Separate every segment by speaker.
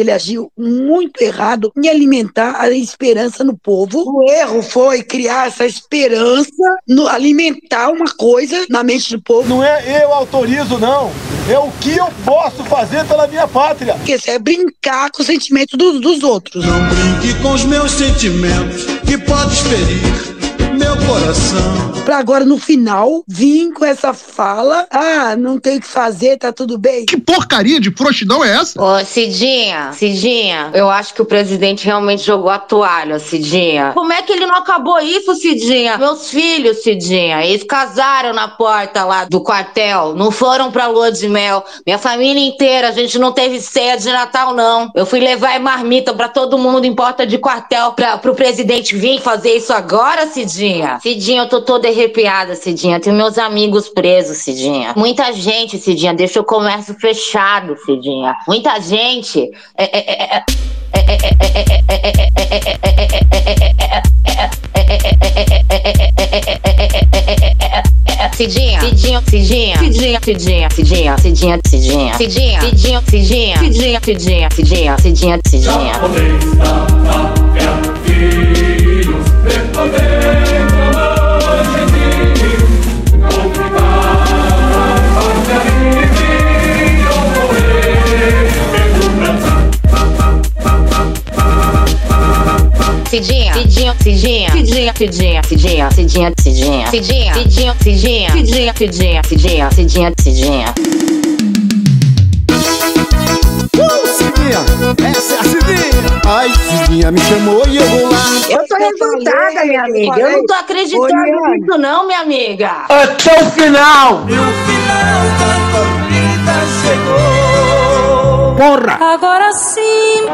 Speaker 1: ele agiu muito errado em alimentar a esperança no povo. O erro foi criar essa esperança, no, alimentar uma coisa na mente do povo.
Speaker 2: Não é eu autorizo, não. É o que eu posso fazer pela minha pátria.
Speaker 1: Isso é brincar com o sentimento do, dos outros.
Speaker 3: Não brinque com os meus sentimentos, que podes ferir meu coração.
Speaker 1: Pra agora, no final, vim com essa fala. Ah, não tem o que fazer, tá tudo bem.
Speaker 4: Que porcaria de frouxidão é essa?
Speaker 5: Ô, Cidinha, Cidinha, eu acho que o presidente realmente jogou a toalha, Cidinha. Como é que ele não acabou isso, Cidinha? Meus filhos, Cidinha, eles casaram na porta lá do quartel, não foram pra lua de mel. Minha família inteira, a gente não teve ceia de Natal, não. Eu fui levar marmita pra todo mundo em porta de quartel pra, pro presidente vir fazer isso agora, Cidinha. Cidinha. Cidinha, eu tô toda arrepiada, Cidinha. Tem meus amigos presos, Cidinha. Muita gente, Cidinha, deixa o comércio fechado, Cidinha. Muita gente. Cidinha, Cidinha, Cidinha, Cidinha, Cidinha, Cidinha, Cidinha, Cidinha, Cidinha, Cidinha, Cidinha, Cidinha, Cidinha, Cidinha, Cidinha, Cidinha. Cidinha, Cidinha, Cidinha, Cidinha, Cidinha, Cidinha, Cidinha, Cidinha, Cidinha, Cidinha, Cidinha, Cidinha, Cidinha, Cidinha, Cidinha, Cidinha.
Speaker 3: Cidinha, essa é a Cidinha. Ai, Cidinha me chamou e eu vou lá.
Speaker 1: É
Speaker 5: Eu tô revoltada, minha amiga. Eu não tô acreditando nisso, não, minha amiga.
Speaker 3: Até o final.
Speaker 6: E o final da corrida chegou.
Speaker 3: Porra.
Speaker 6: Agora sim.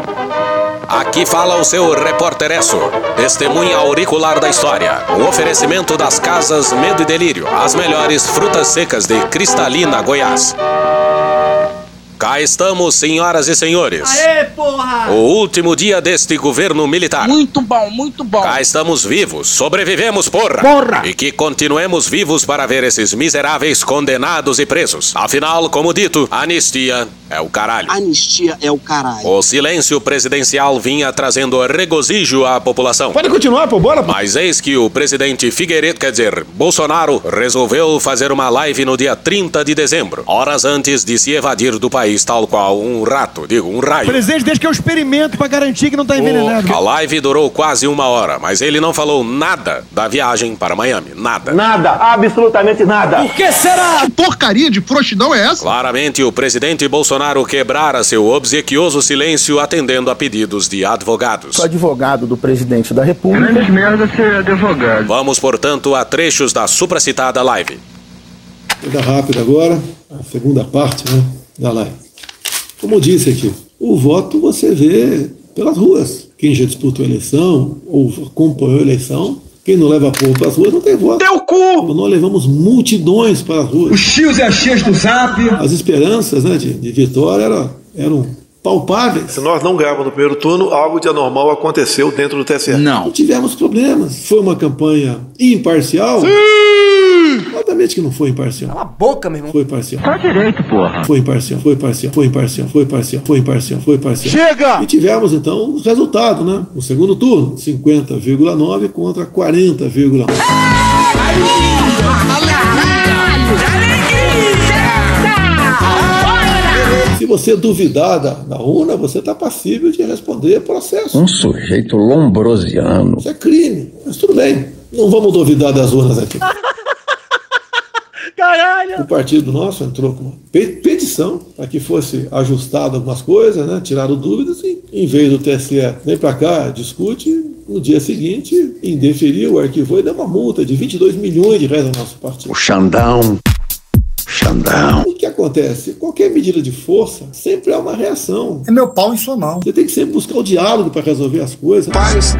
Speaker 7: Aqui fala o seu repórteresso, testemunha auricular da história. O oferecimento das casas Medo e Delírio, as melhores frutas secas de Cristalina, Goiás. Cá estamos, senhoras e senhores.
Speaker 8: Aê, porra!
Speaker 7: O último dia deste governo militar.
Speaker 8: Muito bom, muito bom.
Speaker 7: Cá estamos vivos, sobrevivemos, porra!
Speaker 3: Porra!
Speaker 7: E que continuemos vivos para ver esses miseráveis condenados e presos. Afinal, como dito, anistia é o caralho.
Speaker 3: Anistia é o caralho.
Speaker 7: O silêncio presidencial vinha trazendo regozijo à população.
Speaker 4: Pode continuar, pô, bora. Pô.
Speaker 7: Mas eis que o presidente Figueiredo, quer dizer, Bolsonaro, resolveu fazer uma live no dia 30 de dezembro, horas antes de se evadir do país tal qual um rato, digo, um raio.
Speaker 4: Presidente, deixa que eu experimento para garantir que não tá envenenado.
Speaker 7: O... A live durou quase uma hora, mas ele não falou nada da viagem para Miami. Nada.
Speaker 3: Nada. Absolutamente nada.
Speaker 4: Por que será? Que porcaria de proxidão é essa?
Speaker 7: Claramente, o presidente Bolsonaro quebrara seu obsequioso silêncio atendendo a pedidos de advogados.
Speaker 3: Sou advogado do presidente da república.
Speaker 9: Grande merda ser advogado.
Speaker 7: Vamos, portanto, a trechos da supracitada live.
Speaker 10: Vou dar rápido agora, a segunda parte, né? da live. Como eu disse aqui, o voto você vê pelas ruas. Quem já disputou a eleição ou acompanhou a eleição, quem não leva povo para as ruas não tem voto. Então,
Speaker 4: Teu cu!
Speaker 10: Nós levamos multidões para as ruas.
Speaker 4: Os chios e as chias do zap.
Speaker 10: As esperanças né, de, de vitória eram, eram palpáveis.
Speaker 11: Se nós não ganharmos no primeiro turno, algo de anormal aconteceu dentro do TSE.
Speaker 10: Não. não tivemos problemas. Foi uma campanha imparcial. Sim! Obviamente que não foi imparcial.
Speaker 8: Cala a boca, meu irmão.
Speaker 10: Foi imparcial.
Speaker 9: Tá direito, porra.
Speaker 10: Foi imparcial, foi imparcial, foi imparcial, foi imparcial, foi imparcial, foi imparcial.
Speaker 4: Chega!
Speaker 10: E tivemos então os resultados, né? O segundo turno, 50,9 contra 40,1. Se você duvidar da, da urna, você está passível de responder processo.
Speaker 3: Um sujeito lombrosiano.
Speaker 10: Isso é crime, mas tudo bem. Não vamos duvidar das urnas aqui.
Speaker 4: Caralho.
Speaker 10: O partido nosso entrou com uma petição para que fosse ajustado algumas coisas, né? Tiraram dúvidas e, em vez do TSE vem para cá, discute, no dia seguinte indeferiu, arquivou e deu uma multa de 22 milhões de reais ao nosso partido.
Speaker 3: O Xandão. Xandão.
Speaker 10: O que acontece? Qualquer medida de força sempre é uma reação.
Speaker 4: É meu pau em sua mão.
Speaker 10: Você tem que sempre buscar o diálogo para resolver as coisas.
Speaker 11: Paz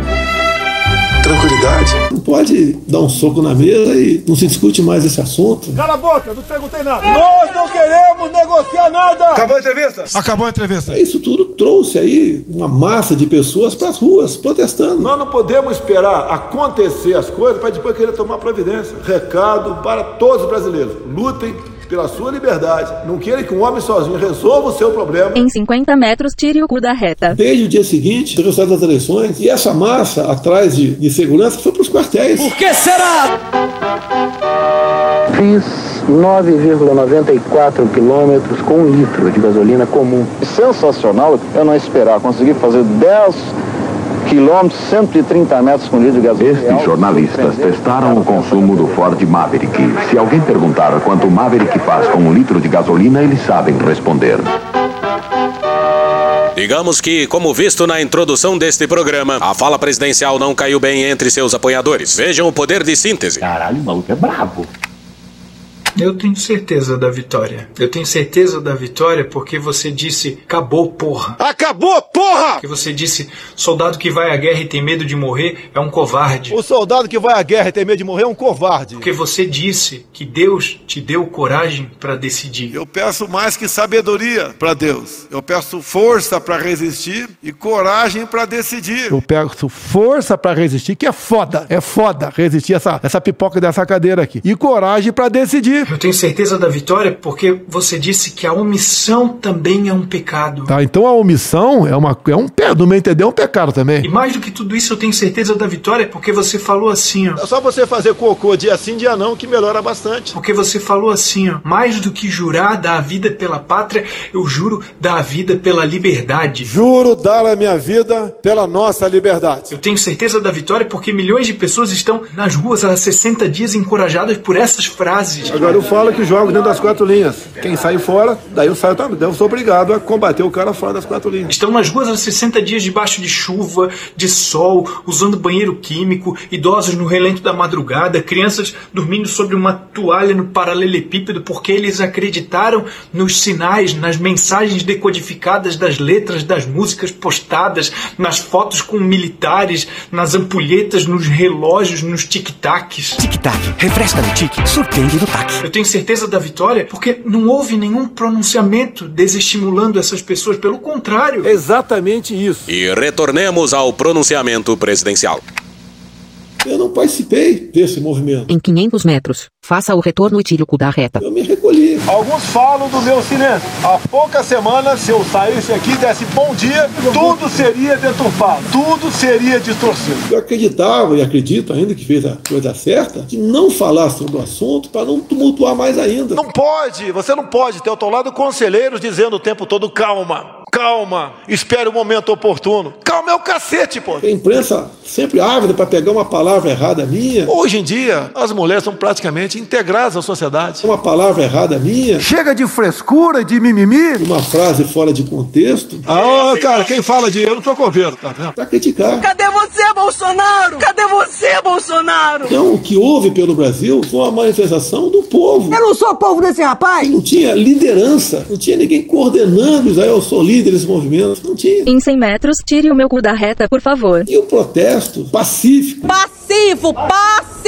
Speaker 11: tranquilidade.
Speaker 10: Não pode dar um soco na mesa e não se discute mais esse assunto.
Speaker 2: Cala a boca, não perguntei nada. Nós não queremos negociar nada.
Speaker 11: Acabou a entrevista?
Speaker 4: Acabou a entrevista.
Speaker 10: É, Isso tudo trouxe aí uma massa de pessoas para as ruas protestando.
Speaker 2: Nós não podemos esperar acontecer as coisas para depois querer tomar providência. Recado para todos os brasileiros: lutem
Speaker 11: pela sua liberdade. Não queira que um homem sozinho resolva o seu problema.
Speaker 12: Em 50 metros, tire o cu da reta.
Speaker 10: Desde o dia seguinte, o resultado das eleições, e essa massa atrás de, de segurança foi para os quartéis.
Speaker 6: Por que será?
Speaker 13: Fiz 9,94 quilômetros com um litro de gasolina comum. Sensacional, eu não esperava. Consegui fazer 10 quilômetros, 130 metros com um litro de gasolina.
Speaker 9: Estes jornalistas testaram o consumo do Ford Maverick. Se alguém perguntar quanto o Maverick faz com um litro de gasolina, eles sabem responder.
Speaker 7: Digamos que, como visto na introdução deste programa, a fala presidencial não caiu bem entre seus apoiadores. Vejam o poder de síntese. Caralho, o maluco é brabo.
Speaker 14: Eu tenho certeza da vitória. Eu tenho certeza da vitória porque você disse acabou, porra. Acabou, porra! Que você disse soldado que vai à guerra e tem medo de morrer é um covarde.
Speaker 2: O soldado que vai à guerra e tem medo de morrer é um covarde.
Speaker 14: Porque você disse que Deus te deu coragem para decidir.
Speaker 11: Eu peço mais que sabedoria para Deus. Eu peço força para resistir e coragem para decidir.
Speaker 2: Eu peço força pra resistir, que é foda. É foda resistir essa, essa pipoca dessa cadeira aqui. E coragem pra decidir.
Speaker 14: Eu tenho certeza da vitória porque você disse que a omissão também é um pecado.
Speaker 2: Tá, então a omissão é, uma, é um pé, no meu entender, é um pecado
Speaker 14: E
Speaker 2: também.
Speaker 14: mais do que tudo isso, eu tenho certeza da vitória porque você falou assim, ó.
Speaker 2: É só você fazer cocô dia sim, dia não, que melhora bastante.
Speaker 14: Porque você falou assim, ó. Mais do que jurar dar a vida pela pátria, eu juro dar a vida pela liberdade.
Speaker 11: Juro dar a minha vida pela nossa liberdade.
Speaker 14: Eu tenho certeza da vitória porque milhões de pessoas estão nas ruas há 60 dias encorajadas por essas frases.
Speaker 11: Agora eu falo que jogo dentro das quatro linhas. Quem sai fora, daí eu saio também. Daí eu sou obrigado a combater o cara fora das quatro linhas.
Speaker 14: Estão nas ruas há 60 dias debaixo de chuva, de sol, usando banheiro químico, idosos no relento da madrugada, crianças dormindo sobre uma toalha no paralelepípedo porque eles acreditaram nos sinais, nas mensagens decodificadas das letras das músicas postadas, nas fotos com militares, nas ampulhetas, nos relógios, nos tic-tacs.
Speaker 15: Tic-tac, refresca no tique, surpreende no tac.
Speaker 14: Eu tenho certeza da vitória porque não houve nenhum pronunciamento desestimulando essas pessoas, pelo contrário.
Speaker 11: Exatamente isso.
Speaker 7: E retornemos ao pronunciamento presidencial.
Speaker 10: Eu não participei desse movimento.
Speaker 16: Em 500 metros, faça o retorno e tire o cu da reta.
Speaker 2: Alguns falam do meu silêncio. Há poucas semanas, se eu saísse aqui e desse bom dia, tudo seria deturpado, tudo seria distorcido.
Speaker 10: Eu acreditava e acredito ainda que fez a coisa certa de não falar sobre o assunto para não tumultuar mais ainda.
Speaker 2: Não pode, você não pode ter ao teu lado conselheiros dizendo o tempo todo calma, calma, espere o momento oportuno. Calma é o cacete, pô.
Speaker 10: A imprensa sempre ávida para pegar uma palavra errada minha.
Speaker 2: Hoje em dia, as mulheres são praticamente integradas à sociedade.
Speaker 10: Uma palavra errada minha.
Speaker 2: Chega de frescura, de mimimi.
Speaker 10: Uma frase fora de contexto.
Speaker 2: Ah, cara, quem fala de eu não sou coveiro, tá vendo?
Speaker 10: Pra criticar.
Speaker 6: Cadê você, Bolsonaro? Cadê você, Bolsonaro?
Speaker 10: Então, o que houve pelo Brasil foi uma manifestação do povo.
Speaker 6: Eu não sou povo desse rapaz?
Speaker 10: Não tinha liderança, não tinha ninguém coordenando isso. Aí eu sou líder desse movimento, não tinha.
Speaker 12: Em 100 metros, tire o meu cu da reta, por favor.
Speaker 10: E o protesto pacífico,
Speaker 17: Passivo, passivo!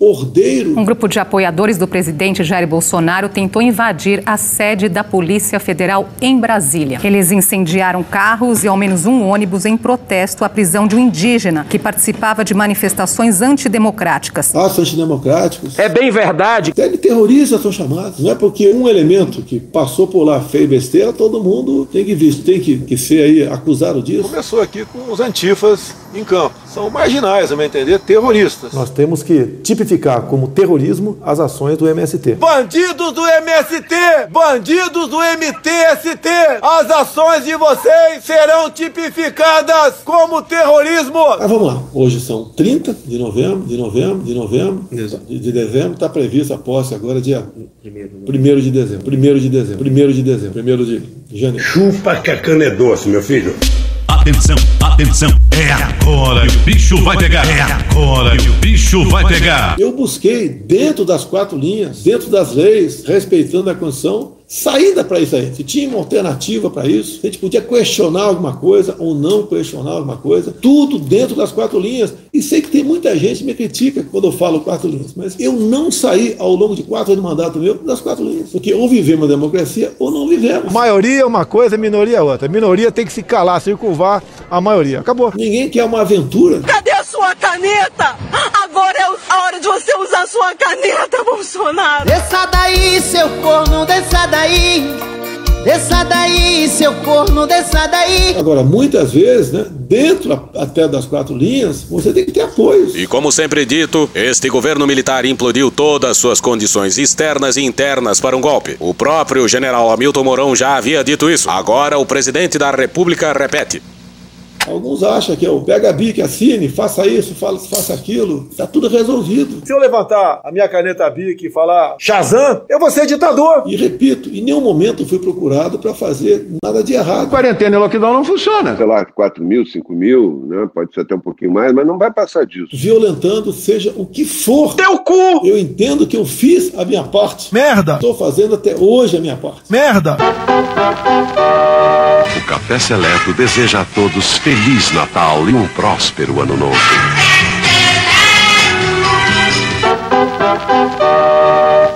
Speaker 10: ordeiro,
Speaker 17: Um grupo de apoiadores do presidente Jair Bolsonaro tentou invadir a sede da Polícia Federal em Brasília. Eles incendiaram carros e ao menos um ônibus em protesto à prisão de um indígena que participava de manifestações antidemocráticas.
Speaker 10: atos antidemocráticos. É bem verdade. Até de terroristas são chamados. Não é porque um elemento que passou por lá fez besteira, todo mundo tem que, vir- tem que, que ser aí acusado disso.
Speaker 2: Começou aqui com os antifas em campo. São marginais, a meu entender, terroristas.
Speaker 18: Nós temos que tipificar como terrorismo as ações do MST.
Speaker 2: Bandidos do MST, bandidos do MTST, as ações de vocês serão tipificadas como terrorismo.
Speaker 10: Mas vamos lá. Hoje são 30 de novembro, de novembro, de novembro, de, de dezembro. Está prevista a posse agora dia
Speaker 2: né?
Speaker 10: 1 de dezembro. 1 de dezembro. 1 de dezembro. 1 de janeiro.
Speaker 19: Chupa que a cana é doce, meu filho.
Speaker 20: Atenção, atenção, é agora que o bicho vai pegar. É agora que o bicho vai pegar.
Speaker 10: Eu busquei, dentro das quatro linhas, dentro das leis, respeitando a Constituição, saída para isso aí. Se tinha uma alternativa para isso, se a gente podia questionar alguma coisa ou não questionar alguma coisa, tudo dentro das quatro linhas. E sei que tem muita gente que me critica quando eu falo quatro linhas, mas eu não saí ao longo de quatro anos de mandato meu das quatro linhas. Porque ou vivemos a democracia ou não vivemos.
Speaker 2: Maioria é uma coisa, minoria é outra. Minoria tem que se calar, se curvar a maioria. Acabou.
Speaker 10: Ninguém quer uma aventura.
Speaker 6: Cadê a sua caneta! Agora é a hora de você usar sua caneta, Bolsonaro!
Speaker 21: Desça daí, seu corno, desça daí! Desça daí, seu corno, desça daí!
Speaker 10: Agora, muitas vezes, né, dentro a- até das quatro linhas, você tem que ter apoio.
Speaker 7: E como sempre dito, este governo militar implodiu todas suas condições externas e internas para um golpe. O próprio general Hamilton Mourão já havia dito isso. Agora o presidente da República repete.
Speaker 10: Alguns acham que é o pega a bica, assine, faça isso, fala- faça aquilo, tá tudo resolvido.
Speaker 2: Se eu levantar a minha caneta BIC e falar Shazam, eu vou ser ditador.
Speaker 10: E repito, em nenhum momento eu fui procurado para fazer nada de errado.
Speaker 22: Quarentena e lockdown não funciona. Sei lá, 4 mil, 5 mil, né? pode ser até um pouquinho mais, mas não vai passar disso.
Speaker 10: Violentando, seja o que for. Teu cu! Eu entendo que eu fiz a minha parte. Merda! Tô fazendo até hoje a minha parte. Merda!
Speaker 20: O Café Seleto deseja a todos Feliz Natal e um próspero Ano Novo.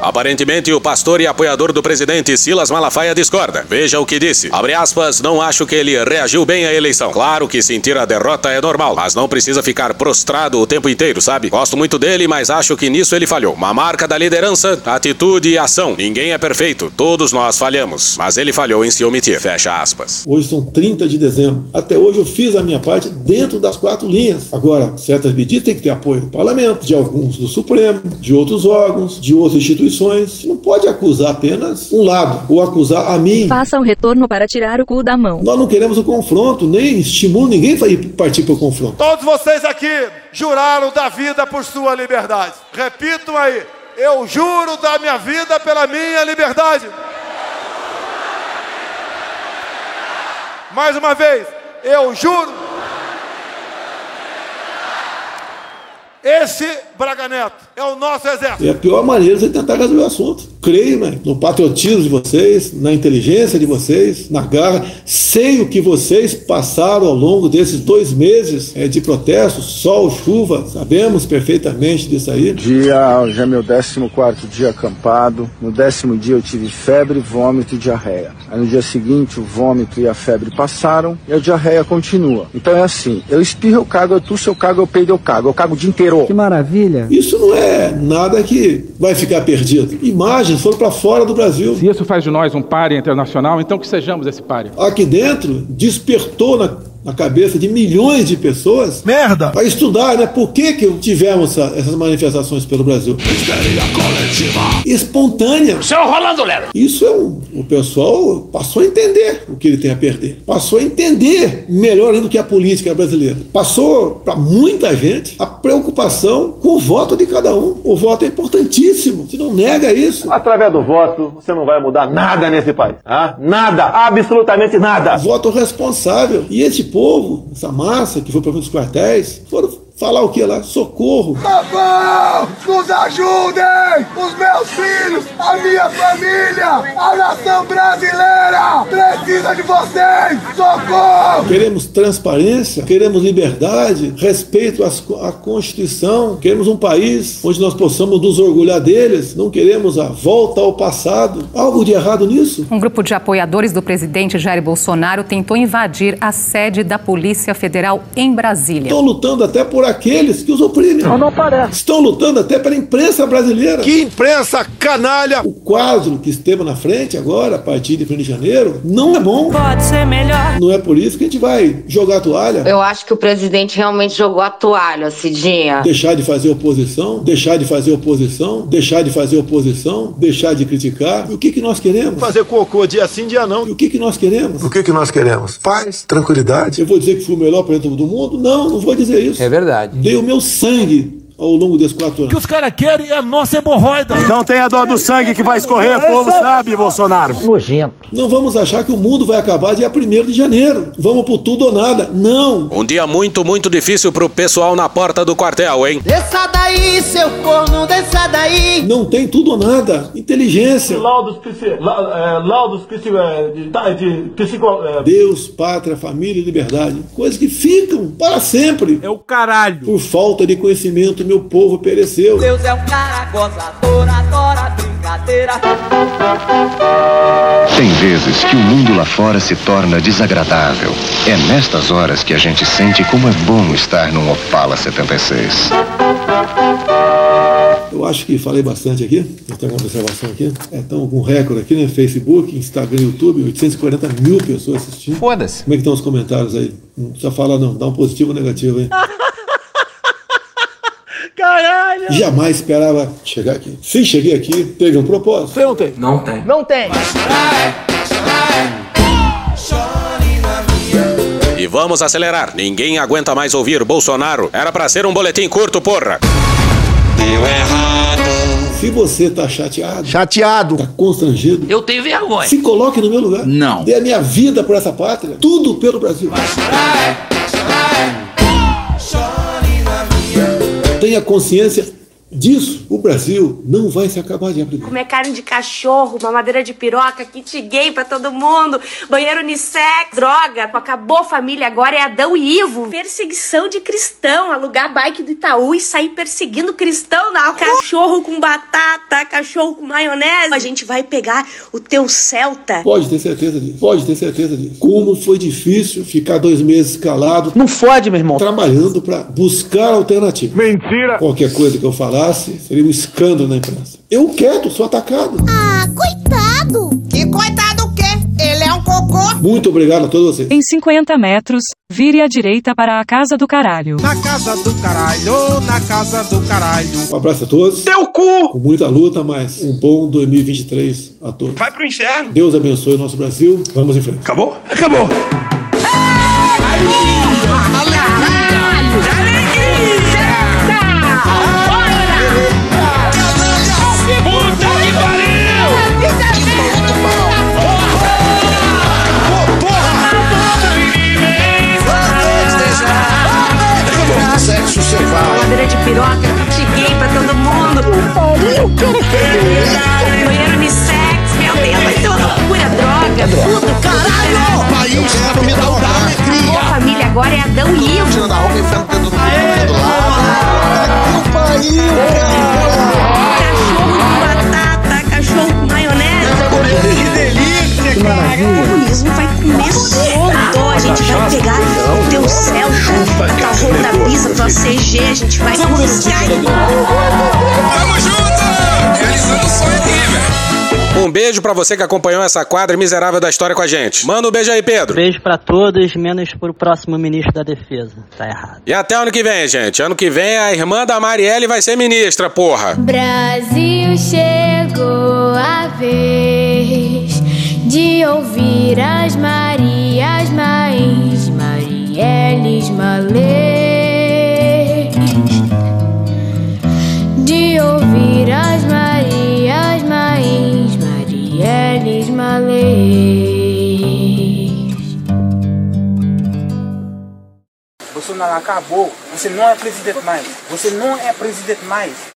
Speaker 7: Aparentemente, o pastor e apoiador do presidente Silas Malafaia discorda. Veja o que disse. Abre aspas, não acho que ele reagiu bem à eleição. Claro que sentir a derrota é normal, mas não precisa ficar prostrado o tempo inteiro, sabe? Gosto muito dele, mas acho que nisso ele falhou. Uma marca da liderança, atitude e ação. Ninguém é perfeito, todos nós falhamos, mas ele falhou em se omitir. Fecha aspas.
Speaker 10: Hoje são 30 de dezembro. Até hoje eu fiz a minha parte dentro das quatro linhas. Agora, certas medidas têm que ter apoio do parlamento, de alguns do Supremo, de outros órgãos, de outras instituições. Não pode acusar apenas um lado ou acusar a mim.
Speaker 12: Faça um retorno para tirar o cu da mão.
Speaker 10: Nós não queremos o confronto, nem estimula ninguém a ir partir para o confronto.
Speaker 2: Todos vocês aqui juraram da vida por sua liberdade. Repitam aí. Eu juro da minha vida pela minha liberdade. Mais uma vez. Eu juro. Esse Braga Neto é o nosso exército.
Speaker 10: E a pior maneira é você tentar resolver o assunto. Creio, né? No patriotismo de vocês, na inteligência de vocês, na garra. Sei o que vocês passaram ao longo desses dois meses eh, de protesto, sol, chuva. Sabemos perfeitamente disso aí.
Speaker 13: Dia, já é meu 14 dia acampado. No décimo dia eu tive febre, vômito e diarreia. Aí no dia seguinte o vômito e a febre passaram e a diarreia continua. Então é assim, eu espirro, eu cago, eu tuço, eu cago, eu peido, eu cago. Eu cago o dia inteiro. Que maravilha.
Speaker 10: Isso não é nada que vai ficar perdido. Imagens foram para fora do Brasil.
Speaker 23: Se isso faz de nós um pare internacional, então que sejamos esse pare.
Speaker 10: aqui dentro despertou na, na cabeça de milhões de pessoas merda a estudar né por que que tivemos essa- essas manifestações pelo Brasil espontânea
Speaker 4: Seu Rolando Lero.
Speaker 10: isso é um, o pessoal passou a entender o que ele tem a perder passou a entender melhor ainda do que é a política brasileira passou para muita gente a preocupação com o voto de cada um o voto é importantíssimo você não nega isso
Speaker 2: Através do voto, você não vai mudar nada nesse país. Ah? Nada, absolutamente nada.
Speaker 10: Voto responsável. E esse povo, essa massa que foi para os quartéis, foram falar o que lá? Socorro.
Speaker 4: Papão, nos ajudem! Os meus filhos, a minha família, a nação brasileira precisa de vocês! Socorro!
Speaker 10: Queremos transparência, queremos liberdade, respeito às co- à Constituição, queremos um país onde nós possamos nos orgulhar deles, não queremos a volta ao passado. Algo de errado nisso?
Speaker 17: Um grupo de apoiadores do presidente Jair Bolsonaro tentou invadir a sede da Polícia Federal em Brasília.
Speaker 10: Estão lutando até por aqueles que os oprimem. Não, parece. Estão lutando até pela imprensa brasileira. Que imprensa canalha! O quadro que temos na frente agora, a partir de 1 de janeiro, não é bom. Pode ser melhor. Não é por isso que a gente vai jogar a toalha.
Speaker 5: Eu acho que o presidente realmente jogou a toalha, Cidinha.
Speaker 10: Deixar de fazer oposição, deixar de fazer oposição, deixar de fazer oposição, deixar de criticar. E o que, que nós queremos? Fazer cocô dia sim, dia não. E o que, que nós queremos? O que, que nós queremos? Paz, tranquilidade. Eu vou dizer que fui o melhor presidente do mundo? Não, não vou dizer isso. É verdade. Dei o meu sangue ao longo desses quatro anos.
Speaker 2: os caras querem é a nossa hemorroida.
Speaker 10: Não tem a dor Então do sangue que vai escorrer, o povo sabe, Bolsonaro. Nojento. Não vamos achar que o mundo vai acabar dia 1 de janeiro. Vamos pro tudo ou nada. Não.
Speaker 7: Um dia muito, muito difícil pro pessoal na porta do quartel, hein?
Speaker 21: Desça daí, seu corno, desça daí!
Speaker 10: Não tem tudo ou nada. Inteligência.
Speaker 2: Laudos, psi- la- é, laudos psi- é, de, ta- de psico- é,
Speaker 10: Deus, pátria, família e liberdade. Coisas que ficam para sempre. É o caralho. Por falta de conhecimento, meu povo pereceu.
Speaker 6: Deus é um cara gozador, adora brincar.
Speaker 24: cadeira.
Speaker 13: Tem vezes que o mundo lá fora se torna desagradável. É nestas horas que a gente sente como é bom estar num Opala 76.
Speaker 10: Eu acho que falei bastante aqui. Eu tenho uma observação aqui. É, estamos com um recorde aqui, né? Facebook, Instagram, YouTube, 840 mil pessoas assistindo. Foda-se. Como é que estão os comentários aí? Não precisa falar não, dá um positivo ou negativo aí.
Speaker 24: Caralho!
Speaker 10: Jamais esperava chegar aqui. Se cheguei aqui, teve um propósito. Tem ou tem? Não tem.
Speaker 24: Não tem.
Speaker 7: E vamos acelerar. Ninguém aguenta mais ouvir Bolsonaro. Era pra ser um boletim curto, porra.
Speaker 10: Deu errado. Se você tá chateado,
Speaker 25: chateado,
Speaker 10: tá constrangido,
Speaker 25: eu tenho vergonha.
Speaker 10: Se coloque no meu lugar.
Speaker 25: Não.
Speaker 10: Dê a minha vida por essa pátria, tudo pelo Brasil. Tenha consciência disso. O Brasil não vai se acabar de abrir.
Speaker 17: Comer carne de cachorro, mamadeira de piroca, kit gay pra todo mundo, banheiro unissex, droga, acabou a família, agora é Adão e Ivo. Perseguição de cristão, alugar bike do Itaú e sair perseguindo cristão na rua. Cachorro com batata, cachorro com maionese. A gente vai pegar o teu Celta.
Speaker 10: Pode ter certeza disso. Pode ter certeza disso. Como foi difícil ficar dois meses calado.
Speaker 25: Não fode, meu irmão.
Speaker 10: Trabalhando pra buscar alternativa. Mentira! Qualquer coisa que eu falasse seria um escândalo na imprensa. Eu quieto, sou atacado.
Speaker 26: Ah, coitado! Que coitado o quê? Ele é um cocô.
Speaker 10: Muito obrigado a todos vocês.
Speaker 27: Em 50 metros, vire à direita para a casa do caralho.
Speaker 28: Na casa do caralho, na casa do caralho.
Speaker 10: Um abraço a todos.
Speaker 25: Teu cu!
Speaker 10: Com muita luta, mas um bom 2023 a todos.
Speaker 25: Vai pro inferno.
Speaker 10: Deus abençoe o nosso Brasil. Vamos em frente.
Speaker 25: Acabou? Acabou! sexo selvagem.
Speaker 17: Madeira de piroca, cheguei pra todo mundo.
Speaker 25: Pariu,
Speaker 17: cara. Banheiro unissex, meu Deus, vai ter uma loucura, droga. Tudo, caralho.
Speaker 25: O país é pra me dar uma alegria.
Speaker 17: Boa família agora é Adão e Ivo.
Speaker 25: Tira da roupa, enfrenta o dedo do lado. Que pariu,
Speaker 17: cara. Cachorro com batata, cachorro com maionese.
Speaker 25: Que delícia, cara.
Speaker 17: O comunismo vai comer solto. A gente vai pegar o teu céu, cara. Tá rolando a pizza pra CG, a gente vai buscar.
Speaker 24: Tamo junto! Realizando o sonho dele, velho.
Speaker 7: Um beijo pra você que acompanhou essa quadra miserável da história com a gente. Manda um beijo aí, Pedro.
Speaker 29: Beijo pra todos, menos pro próximo ministro da Defesa. Tá errado.
Speaker 7: E até ano que vem, gente. Ano que vem a irmã da Marielle vai ser ministra, porra.
Speaker 5: Brasil chegou a vez de ouvir as Marias Mães, Marielles Malês, de ouvir as Marias Mães, Marielles Malês.
Speaker 30: Bolsonaro acabou. Você não é presidente mais. Você não é presidente mais.